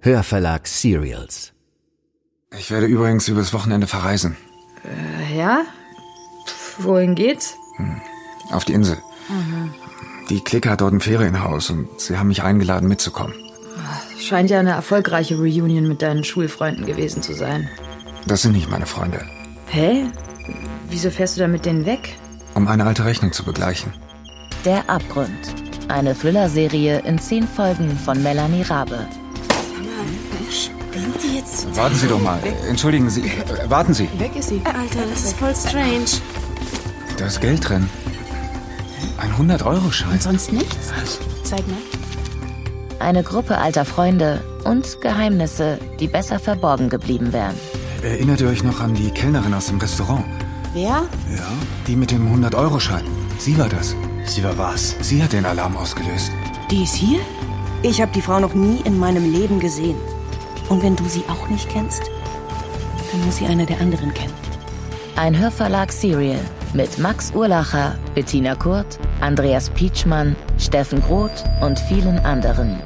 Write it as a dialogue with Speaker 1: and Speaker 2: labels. Speaker 1: Hörverlag Serials.
Speaker 2: Ich werde übrigens übers Wochenende verreisen.
Speaker 3: Ja? Pf, Wohin geht's?
Speaker 2: Auf die Insel.
Speaker 4: Mhm.
Speaker 2: Die Clique hat dort ein Ferienhaus und sie haben mich eingeladen mitzukommen.
Speaker 3: Scheint ja eine erfolgreiche Reunion mit deinen Schulfreunden gewesen zu sein.
Speaker 2: Das sind nicht meine Freunde.
Speaker 3: Hä? Wieso fährst du da mit denen weg?
Speaker 2: Um eine alte Rechnung zu begleichen.
Speaker 5: Der Abgrund. Eine Thriller-Serie in zehn Folgen von Melanie Rabe.
Speaker 6: Springt die jetzt?
Speaker 2: Warten Sie doch mal. Entschuldigen Sie. äh, Warten Sie.
Speaker 4: Weg ist sie.
Speaker 6: Alter, das ist voll strange.
Speaker 2: Da ist Geld drin. Ein 100-Euro-Schein.
Speaker 4: Sonst nichts? Zeig mal.
Speaker 5: Eine Gruppe alter Freunde und Geheimnisse, die besser verborgen geblieben wären.
Speaker 2: Erinnert ihr euch noch an die Kellnerin aus dem Restaurant?
Speaker 4: Wer?
Speaker 2: Ja. Die mit dem 100-Euro-Schein. Sie war das.
Speaker 7: Sie war was?
Speaker 2: Sie hat den Alarm ausgelöst.
Speaker 4: Die ist hier?
Speaker 8: Ich habe die Frau noch nie in meinem Leben gesehen. Und wenn du sie auch nicht kennst, dann muss sie einer der anderen kennen.
Speaker 5: Ein Hörverlag Serial mit Max Urlacher, Bettina Kurt, Andreas Pietschmann, Steffen Groth und vielen anderen.